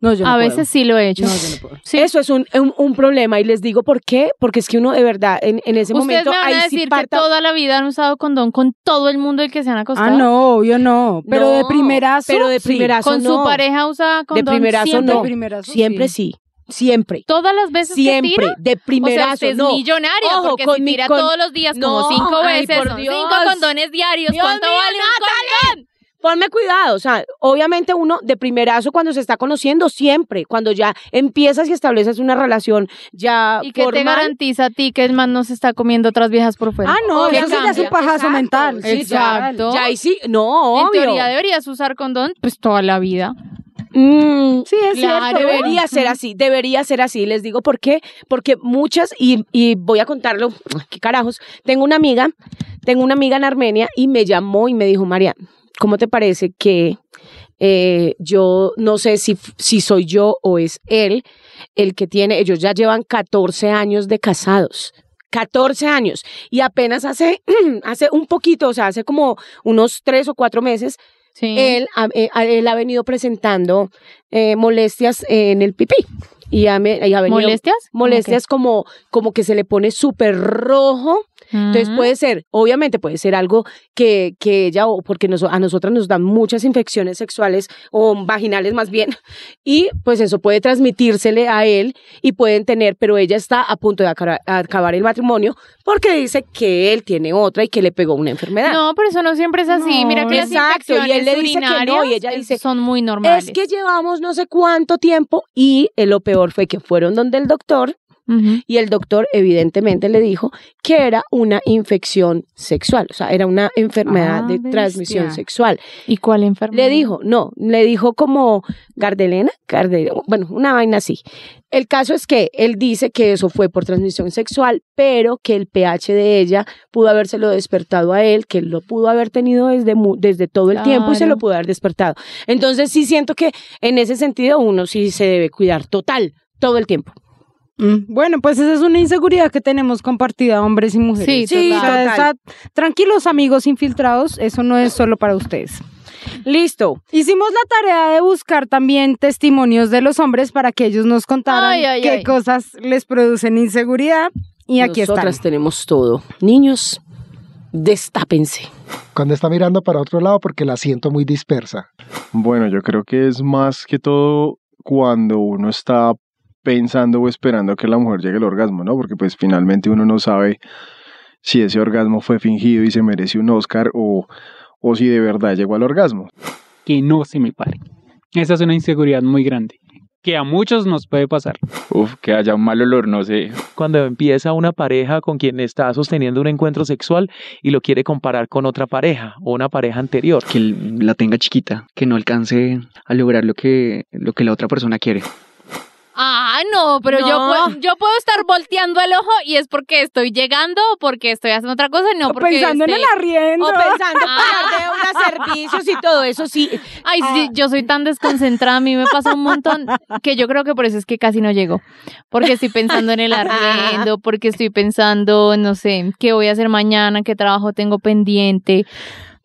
S4: No,
S3: Ah,
S4: yo no
S5: a
S4: puedo.
S5: veces sí lo he hecho.
S4: No, yo no puedo.
S5: Sí.
S3: Eso es un, un, un problema y les digo por qué, porque es que uno de verdad en, en ese
S5: Ustedes
S3: momento
S5: me van
S3: ahí
S5: a
S3: sí
S5: decir que
S3: parta-
S5: toda la vida han usado condón con todo el mundo el que se han acostado.
S4: Ah, no, yo no. Pero de
S3: No,
S4: primerazo.
S3: pero de
S4: sí.
S3: primerazo
S5: Con su
S3: no.
S5: pareja usa condón.
S3: primerazo
S5: siempre?
S3: no.
S4: De primerazo,
S3: Siempre
S4: sí.
S3: sí, siempre.
S5: Todas las veces que
S3: Siempre,
S5: tira.
S3: de
S5: o sea,
S3: primerazo,
S5: usted es
S3: no.
S5: millonario
S3: Ojo,
S5: porque
S3: con
S5: si
S3: mi-
S5: tira
S3: con-
S5: todos los días
S3: No,
S5: como cinco
S3: ay,
S5: veces,
S3: por
S5: son
S3: Dios.
S5: cinco condones diarios.
S3: Dios
S5: ¿Cuánto
S3: mío,
S5: vale un condón?
S3: Ponme cuidado, o sea, obviamente uno de primerazo cuando se está conociendo siempre, cuando ya empiezas y estableces una relación ya
S5: ¿Y qué te
S3: formal.
S5: garantiza a ti que el man no se está comiendo otras viejas por fuera?
S4: Ah, no,
S3: Obvio,
S4: eso sí ya es un
S3: cambia.
S4: pajazo
S3: Exacto,
S4: mental.
S3: sí,
S5: Exacto.
S3: Ya ahí sí, no,
S5: En
S3: obvio.
S5: teoría deberías usar condón pues toda la vida.
S3: Mm,
S4: Sí, es
S5: Claro.
S4: cierto.
S5: Debería
S3: Debería ser así, debería ser así. Les digo por qué, porque muchas, y, y voy a contarlo, qué carajos, tengo una amiga, tengo una amiga en Armenia y me llamó y me dijo, María, ¿cómo te parece que eh, yo no sé si, f- si soy yo o es él el que tiene, ellos ya llevan 14 años de casados. 14 años y apenas hace, hace un poquito, o sea, hace como unos tres o cuatro meses,
S5: Sí.
S3: él, ha- eh, a- él ha venido presentando eh, molestias en el pipí. Y ha, me- y ha venido
S5: ¿Molestias?
S3: molestias como, como que se le pone súper rojo.
S5: Ok.
S3: Entonces
S5: Ujú.
S3: puede ser, obviamente puede ser algo que, que ella, o porque nos- a nosotras nos dan muchas infecciones sexuales o vaginales más bien. Y pues eso puede transmitírsele a él y pueden tener, pero ella está a punto de acara- acabar el matrimonio porque dice que él tiene otra y que le pegó una enfermedad.
S5: Mm. No, pero eso no siempre es así.
S4: No.
S5: Mira que las
S3: Exacto, y él
S5: infecciones
S3: le dice que no,
S5: urinarias
S3: y ella
S5: es-
S3: dice,
S5: son muy normales.
S3: Es que llevamos no sé cuánto tiempo y eh, lo peor fue que fueron donde el doctor
S5: Ujú.
S3: y el doctor evidentemente le dijo que era una infección sexual, o sea, era una enfermedad
S4: Ah,
S3: de
S4: bestia.
S3: transmisión sexual.
S5: ¿Y cuál enfermedad?
S3: Le dijo, no, le dijo como Gardelena, Gardel- bueno, una vaina así. El caso es que él dice que eso fue por transmisión sexual, pero que el pH de ella pudo habérselo despertado a él, que él lo pudo haber tenido desde, mu- desde todo el tiempo y se
S5: Claro.
S3: lo pudo haber despertado. Entonces sí siento que en ese sentido uno sí se debe cuidar total, todo el tiempo.
S4: Mm, Bueno, pues esa es una inseguridad que tenemos compartida hombres y mujeres.
S5: Sí,
S4: O sea,
S3: total.
S4: esa- tranquilos amigos infiltrados, eso no es solo para ustedes.
S3: Listo.
S4: Hicimos la tarea de buscar también testimonios de los hombres para que ellos nos contaran
S5: Ay, ay,
S4: qué
S5: ay.
S4: cosas les producen inseguridad y aquí están.
S3: Nosotras tenemos todo. Niños, destápense.
S6: Cuando está mirando para otro lado porque la siento muy dispersa.
S7: Bueno, yo creo que es más que todo cuando uno está pensando o esperando que la mujer llegue al orgasmo, ¿no? Porque pues finalmente uno no sabe si ese orgasmo fue fingido y se merece un Oscar o, o si de verdad llegó al orgasmo.
S8: que no se me pare. Esa es una inseguridad muy grande, que a muchos nos puede pasar.
S9: Uf, que haya un mal olor, no sé.
S10: cuando empieza una pareja con quien está sosteniendo un encuentro sexual y lo quiere comparar con otra pareja o una pareja anterior.
S9: Que l- la tenga chiquita, que no alcance a lograr lo que, lo que la otra persona quiere.
S5: Ah, no, pero Yo,
S3: No.
S5: puedo, yo puedo estar volteando el ojo y es porque estoy llegando o porque estoy haciendo otra cosa y no
S4: O
S5: porque este,
S4: Pensando en
S5: esté-
S4: el arriendo.
S3: O pensando en
S5: Ah.
S3: pagar deudas, servicios y todo eso, sí.
S5: Ay, sí, yo soy tan desconcentrada, a mí me pasa un montón que yo creo que por eso es que casi no llego. Porque estoy pensando en el arriendo, porque estoy pensando, no sé, qué voy a hacer mañana, qué trabajo tengo pendiente.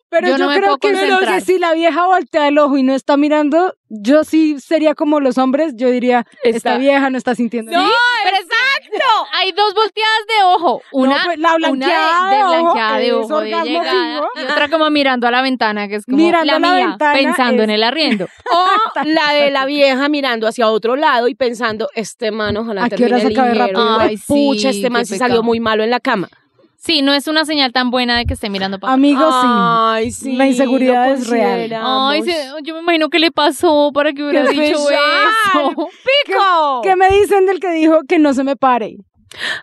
S4: Pero
S5: Yo
S4: yo,
S5: no me
S4: creo
S5: puedo
S4: que, pero
S5: concentrar.
S4: que si la vieja voltea el ojo y no está mirando, yo sí sería como los hombres, yo diría, esta
S3: Está-
S4: vieja no está sintiendo nada.
S5: Pero exacto. Hay dos volteadas de ojo, una,
S4: No, pues, la
S5: una
S4: blanqueada
S5: de, de
S4: de ojo
S5: blanqueada de
S4: es
S5: ojo de
S4: orgasmo
S5: llegada
S4: fijo.
S5: y otra como mirando a la ventana, que es como
S4: Mirando
S5: la
S4: a la
S5: mía,
S4: ventana
S5: pensando
S4: es-
S5: en el arriendo.
S3: O la de la vieja mirando hacia otro lado y pensando, este man ojalá
S4: ¿A qué hora
S3: termine
S4: se acabe
S3: ligero.
S5: rápido?
S3: Ay,
S5: Ay, sí,
S3: pucha, este
S5: qué
S3: man se
S5: pecado.
S3: salió muy malo en la cama.
S5: Sí, no es una señal tan buena de que esté mirando para
S4: Amigos, sí.
S5: Ah.
S3: Ay,
S4: La inseguridad es real.
S3: consideramos.
S5: Ay, se- yo me imagino que le pasó para que hubiera
S3: ¡Qué
S5: dicho
S3: pesar!
S5: eso.
S3: ¡Pico!
S4: ¿Qué me dicen del que dijo que no se me pare?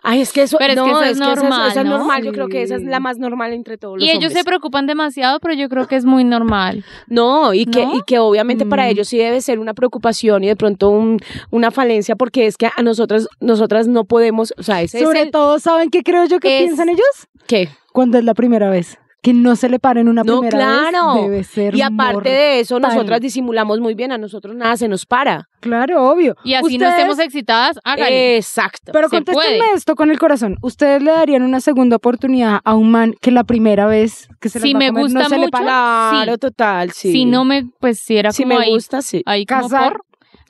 S3: Ay, es que eso,
S5: Pero es
S3: no,
S5: que eso es
S3: esa-
S5: normal,
S3: esa es
S5: ¿no?
S3: normal, yo
S4: Sí.
S3: creo que esa es la más normal entre todos los
S5: Y ellos
S3: hombres.
S5: se preocupan demasiado, pero yo creo que es muy normal.
S3: No, y que,
S5: ¿No?
S3: y que obviamente para
S4: Mm.
S3: ellos sí debe ser una preocupación y de pronto un- una falencia, porque es que a nosotras, nosotras no podemos, o sea, ese es
S4: Sobre
S3: el-
S4: todo, ¿saben qué creo yo que
S3: es-
S4: piensan ellos?
S3: ¿Qué?
S4: Cuando es la primera vez. que no se le pare en una
S3: No,
S4: primera
S3: claro.
S4: vez debe ser
S3: Y aparte de eso,
S4: mortal.
S3: nosotras disimulamos muy bien, a nosotros nada se nos para.
S4: Claro, obvio.
S5: Y así no
S4: Ustedes- eh,
S5: estemos excitadas, hágale.
S3: Exacto.
S4: Pero
S5: se
S4: contéstenme
S5: puede.
S4: esto con el corazón. ¿Ustedes le darían una segunda oportunidad a un man que la primera vez que se las
S5: Si
S4: va a
S5: me
S4: comer
S5: gusta
S4: no se le
S5: mucho,
S4: para?
S3: Claro,
S5: Sí.
S3: total, sí.
S5: Si no me, pues si era
S3: Si
S5: como
S3: me
S5: ahí,
S3: gusta, sí.
S5: ahí como
S4: Casar.
S5: por,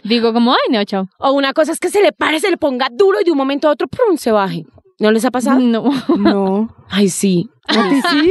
S5: digo como, ay, no, chao.
S3: O una cosa es que se le pare, se le ponga duro y de un momento a otro, ¡prum! se baje. ¿No les ha pasado?
S5: No.
S4: No.
S3: Ay, sí.
S4: ¿A ti sí?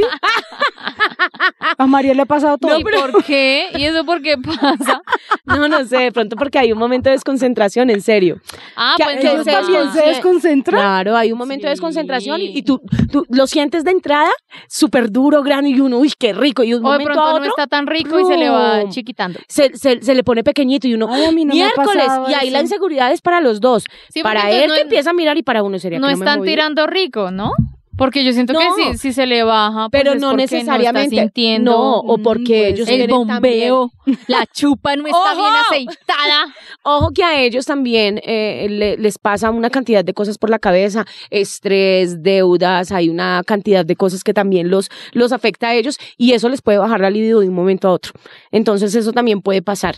S4: A María le ha pasado todo.
S5: ¿Y por qué? ¿Y eso por qué pasa?
S3: No, no sé, de pronto porque hay un momento de desconcentración, en serio.
S5: Ah,
S3: Que
S5: pues
S3: ellos
S5: entonces-
S4: también se desconcentra.
S3: Claro, hay un momento de
S5: Sí.
S3: desconcentración y, y tú, tú lo sientes de entrada súper duro, grande y uno, uy, qué rico. Y de un
S5: O de
S3: Pues, momento
S5: pronto
S3: a
S5: no
S3: otro
S5: está tan rico y se le va
S3: ¡prum!
S5: chiquitando.
S3: se, se- se le pone pequeñito y uno,
S4: Ay, a mí no me ha
S3: miércoles.
S4: pasado
S3: Y ahí la
S4: eso.
S3: inseguridad es para los dos.
S5: Sí, porque
S3: para
S5: entonces
S3: él
S5: no
S3: que
S5: es-
S3: empieza a mirar y para uno sería
S5: No
S3: que no me
S5: están
S3: moví?
S5: tirando rico, ¿no? Porque yo siento que
S3: No.
S5: si, si se le baja, pues
S3: Pero
S5: es
S3: no
S5: porque
S3: necesariamente.
S5: No, está sintiendo pues,
S3: No, o
S4: Mm,
S3: porque
S4: puede
S3: ellos
S5: el
S3: tienen también-
S5: bombeo, la chupa no está bien
S3: ¡Ojo!
S5: aceitada.
S3: Ojo que a ellos también eh, le- les pasa una cantidad de cosas por la cabeza, estrés, deudas, hay una cantidad de cosas que también los, los afecta a ellos y eso les puede bajar la libido de un momento a otro. Entonces eso también puede pasar.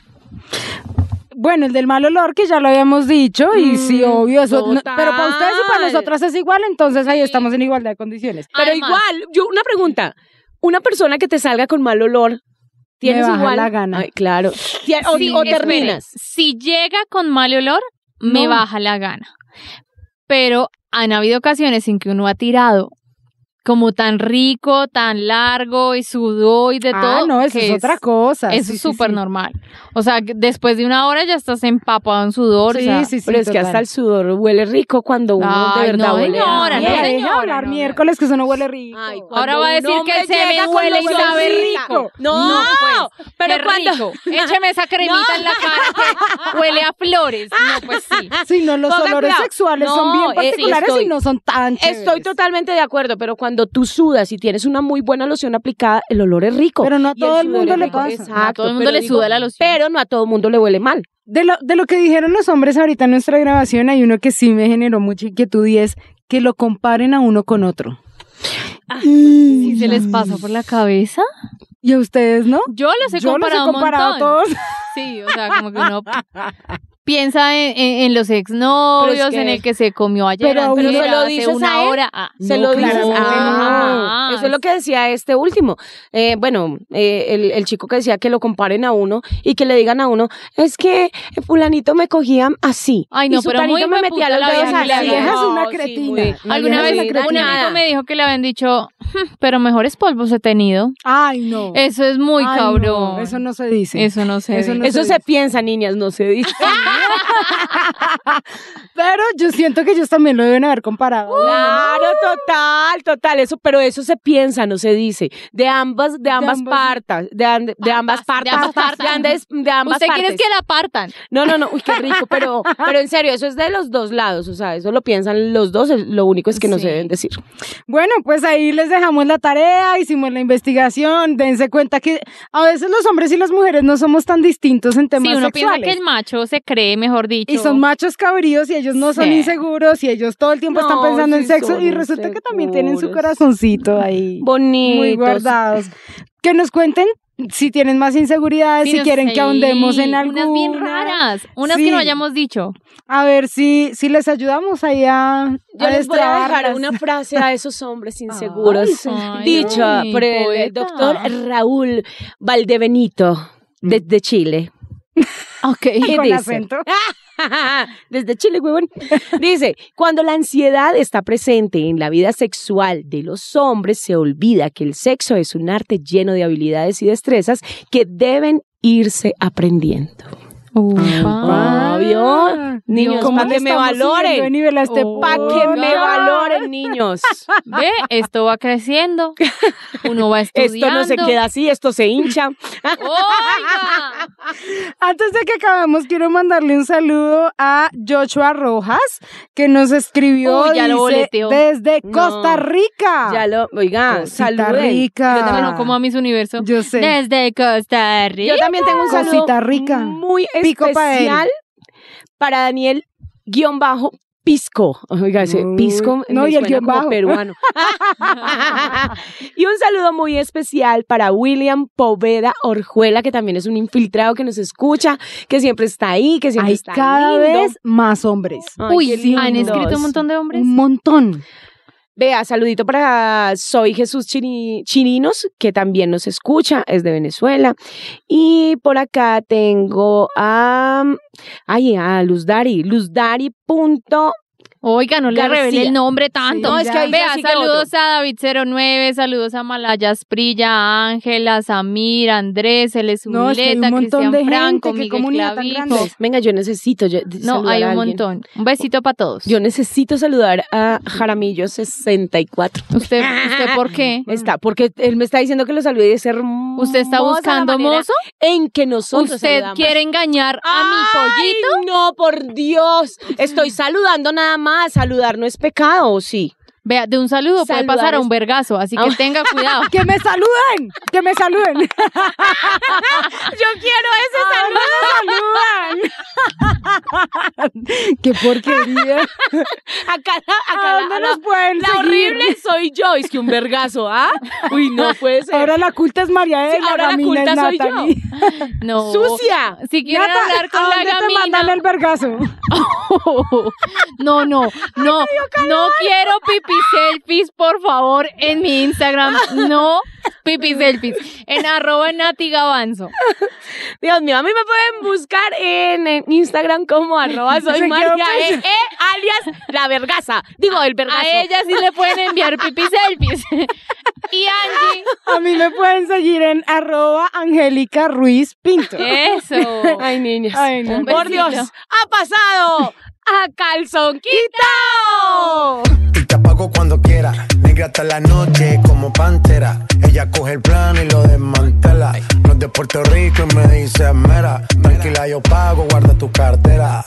S4: Bueno, el del mal olor, que ya lo habíamos dicho, y sí,
S3: Mm,
S4: obvio, eso. no-
S3: total.
S4: pero para ustedes y para nosotras es igual, entonces ahí estamos en igualdad de condiciones.
S3: Pero
S5: Además-
S3: igual, yo una pregunta, una persona que te salga con mal olor, ¿tienes
S4: baja
S3: igual?
S4: la gana.
S3: Ay, claro. Tien- o-
S5: Sí,
S3: o
S5: espere,
S3: terminas.
S5: Si llega con mal olor, me
S4: No.
S5: baja la gana. Pero han habido ocasiones en que uno ha tirado como tan rico, tan largo y sudó y de
S4: ah,
S5: todo.
S4: no, eso
S5: que
S4: es, otra cosa.
S5: Eso
S4: Sí, sí,
S5: es súper
S4: sí.
S5: normal. O sea, que después de una hora ya estás empapado en sudor. o
S4: Sí,
S5: sea,
S4: sí, sí.
S3: Pero es que
S4: total.
S3: hasta el sudor huele rico cuando uno
S5: Ay,
S3: de verdad
S5: no,
S3: huele. a-
S5: señora, no,
S4: Mira, deja
S5: señora,
S4: hablar
S5: no,
S4: miércoles que eso no huele rico.
S3: Ay,
S5: Ahora
S3: cuando
S5: va a
S3: un
S5: decir que el
S3: hombre llega
S5: semen
S3: con
S5: huele y
S3: los
S5: sabe
S3: olorcita.
S5: rico.
S3: No,
S5: pues, qué rico. Écheme esa cremita en la cara que huele a flores. No, pues sí.
S4: Sí, no, los
S3: Ponga
S4: olores
S3: cuidado.
S4: sexuales son
S3: No,
S4: bien
S3: eh,
S4: particulares
S3: estoy-
S4: y no son tan chéveres.
S3: Estoy totalmente de acuerdo, pero cuando tú sudas y tienes una muy buena loción aplicada, el olor es rico.
S4: Pero no a
S3: Y
S4: todo el
S3: sudor
S4: mundo
S3: es
S4: le
S3: rico.
S4: pasa.
S3: Exacto.
S5: A todo el mundo
S3: pero
S5: le suda la loción.
S3: Pero no a todo el mundo le huele mal.
S4: De lo, de lo que dijeron los hombres ahorita en nuestra grabación, hay uno que sí me generó mucha inquietud y es que lo comparen a uno con otro.
S5: ¿Y se les pasa por la cabeza?
S4: ¿Y a ustedes no?
S5: Yo los he
S4: Yo los he
S5: comparado,
S4: comparado
S5: un
S4: a
S5: montón.
S4: todos.
S5: Sí, o sea, como que uno piensa en, en- en los exnovios,
S3: Pero es que-
S5: en el que se comió ayer,
S4: Pero a uno
S5: antier,
S3: se lo
S5: hace
S3: dices
S5: una
S3: a él,
S5: hora. Ah,
S3: Se
S4: No,
S3: lo dices.
S4: claramente
S3: "Ah,
S4: no.
S5: jamás.
S3: Eso es lo que decía este último. Eh, bueno, eh, el, el chico que decía que lo comparen a uno y que le digan a uno, es que fulanito me cogía así.
S5: Ay, no,
S3: y
S5: pero
S3: sutanito
S5: muy
S3: me
S5: hueputa
S3: metía los
S5: la
S3: dedos
S5: vieja que le
S3: así".
S5: haga
S4: vieja es
S3: No,
S4: una
S3: sí,
S4: cretina.
S3: muy-
S4: La
S5: Alguna
S4: vieja es
S5: vez
S4: una
S5: un
S4: cretina.
S5: amigo me dijo que le habían dicho, "Hmm, pero mejores polvos he tenido.
S4: Ay, no.
S5: Eso es muy
S4: Oh. Ay, no,
S5: cabrón.
S4: eso no se dice.
S5: Eso no se
S4: Eso
S5: ve.
S4: no
S3: Eso
S4: se
S3: se piensa, niñas, no se dice.
S4: Pero yo siento que ellos también lo deben haber comparado.
S3: Claro, total, total, eso, pero eso se piensa, no se dice. De ambas, de ambas
S4: ambas-
S3: partes, de, and- de ambas partes,
S5: Partas, de ambas
S3: de, andes- de ambas
S5: ¿Usted quiere
S3: partes.
S5: es que la apartan?
S3: No, no, no, uy, qué rico, pero, pero en serio, eso es de los dos lados, o sea, eso lo piensan los dos, el- lo único es que no
S5: Sí.
S3: se deben decir.
S4: Bueno, pues ahí les dejamos la tarea, hicimos la investigación, dense cuenta que a veces los hombres y las mujeres no somos tan distintos en temas
S5: Sí, uno piensa que
S4: sexuales.
S5: el macho se cree, mejor dicho.
S4: y son machos cabríos y ellos no son
S5: Sí.
S4: inseguros y ellos todo el tiempo están
S3: No,
S4: pensando en
S3: sí
S4: sexo
S3: son
S4: y resulta que también tienen su
S3: inseguros.
S4: corazoncito ahí
S3: Bonitos.
S4: muy guardados. Que nos cuenten si tienen más inseguridades,
S5: Sí,
S4: si
S5: no
S4: quieren
S5: sé,
S4: que ahondemos en alguna.
S5: Unas bien raras, unas que
S4: Sí.
S5: no hayamos dicho.
S4: A ver si, si les ayudamos ahí a,
S3: Yo
S4: a
S3: les voy a dejar
S4: destrabarlas.
S3: una frase a esos hombres inseguros,
S5: Ay,
S3: dicha
S5: ay,
S3: por el
S5: poeta.
S3: doctor Raúl Valdebenito, desde Chile.
S5: Ok.
S3: ¿Qué
S4: con
S3: dice?
S4: acento.
S3: Desde Chile, huevón. Dice, cuando la ansiedad está presente en la vida sexual de los hombres, se olvida que el sexo es un arte lleno de habilidades y destrezas que deben irse aprendiendo.
S5: Ufa.
S3: Ah, ¿vio? Niños,
S4: ¿Cómo
S3: para
S4: le
S3: que me
S4: estamos subiendo de
S3: valoren.
S4: nivel a este
S5: Oh,
S3: Para que me
S5: Oiga.
S3: valoren, niños.
S5: Ve, esto va creciendo. Uno va estudiando.
S3: Esto no se queda así, esto se hincha.
S5: Oiga.
S4: Antes de que acabemos, quiero mandarle un saludo a Joshua Rojas, que nos escribió
S5: Uy, ya lo
S4: dice,
S5: boleteó.
S4: desde
S3: No.
S4: Costa Rica.
S3: Ya lo, ah, oiga,
S4: Cosita
S3: saluden.
S4: rica.
S5: Yo también no como a mis universos.
S4: Yo sé.
S5: Desde Costa Rica.
S3: Yo también tengo un saludo
S4: Cosita rica.
S3: muy
S4: Pico pa' él.
S3: especial para Daniel guión bajo pisco. Oiga, ese
S4: Uy,
S3: pisco
S4: no,
S3: me
S4: y el
S3: suena
S4: guión
S3: como
S4: bajo.
S3: peruano. y un saludo muy especial para William Poveda Orjuela, que también es un infiltrado que nos escucha, que siempre está ahí, que siempre
S4: Hay
S3: está
S4: cada
S3: lindo.
S4: vez más hombres.
S3: Ay,
S5: Uy,
S3: qué
S5: sí, han
S3: lindos.
S5: escrito un montón de hombres.
S4: Un montón.
S3: Vea, saludito para Soy Jesús Chiri- Chirinos, que también nos escucha, es de Venezuela. Y por acá tengo a, ay, a Luz Dari, Luzdari punto-
S5: Oiga, no le
S3: García.
S5: revelé el nombre tanto.
S3: No, es que ahí
S5: Vea,
S3: ya sigue
S5: saludos a David09, saludos a Malaya Esprilla, a Ángela, Samir, Andrés, Eles
S4: No, es que hay un
S5: Zuleta,
S4: montón
S5: Cristian
S4: de gente,
S5: Franco,
S4: qué
S5: Miguel
S4: comunidad tan
S5: Clavijo.
S4: grande.
S3: Venga, yo necesito. yo-
S5: No,
S3: saludar
S5: hay
S3: a
S5: un
S3: alguien.
S5: montón. Un besito para todos.
S3: Yo necesito saludar a Jaramillo64.
S5: ¿Usted, ¿Usted por qué?
S3: Está, porque él me está diciendo que lo salude de ser ¿Usted
S5: Mm. ¿Usted está buscando mozo?
S3: En que nosotros
S5: ¿Usted
S3: saludamos.
S5: quiere engañar a mi
S3: ¡Ay,
S5: pollito?
S3: No, por Dios. Estoy saludando nada más. Saludar no es pecado, ¿o sí?
S5: Vea, de un saludo puede
S3: Saludar
S5: pasar a
S3: es-
S5: un vergazo, así
S3: Ah.
S5: que tenga cuidado.
S4: ¡Que me saluden! ¡Que me saluden!
S3: Yo quiero ese saludo.
S4: ¡Qué porquería!
S3: Acá, acá,
S4: ¿A dónde nos
S3: Ah,
S4: pueden
S3: la
S4: seguir?
S3: horrible soy yo. Es que un vergazo, ¿ah? Uy, no puede ser.
S4: Ahora la culta es María
S3: Sí,
S4: Elena,
S3: ahora la
S4: Gamina es
S3: culta soy yo.
S4: Natalie.
S5: No.
S3: ¡Sucia!
S5: Si quieren
S4: Nata,
S5: hablar con
S4: ¿a
S5: la
S4: dónde te mandan
S5: gamina.
S4: el vergazo?
S5: No, no, no, no quiero pipi selfies, por favor, en mi Instagram. No pipi selfies. En arroba Nati Gavanzo.
S3: Dios mío, a mí me pueden buscar en, en Instagram como arroba soy
S4: Se
S3: María
S4: quedó
S5: Eh,
S3: E, E, alias la vergaza. Digo, el vergazo.
S5: A ella sí le pueden enviar pipi selfies. Y Angie.
S4: A mí me pueden seguir en arroba Angélica Ruiz
S3: Eh,
S4: Pinto.
S5: Eso.
S3: Ay, niñas.
S4: Ay, no.
S5: Un
S3: Por
S5: besito.
S3: Dios, ha pasado a calzón quitado.
S2: Y te apago cuando quiera. Negra hasta la noche como pantera. Ella coge el plan y lo desmantela. No es de Puerto Rico y me dice mera. Tranquila, yo pago, guarda tu cartera.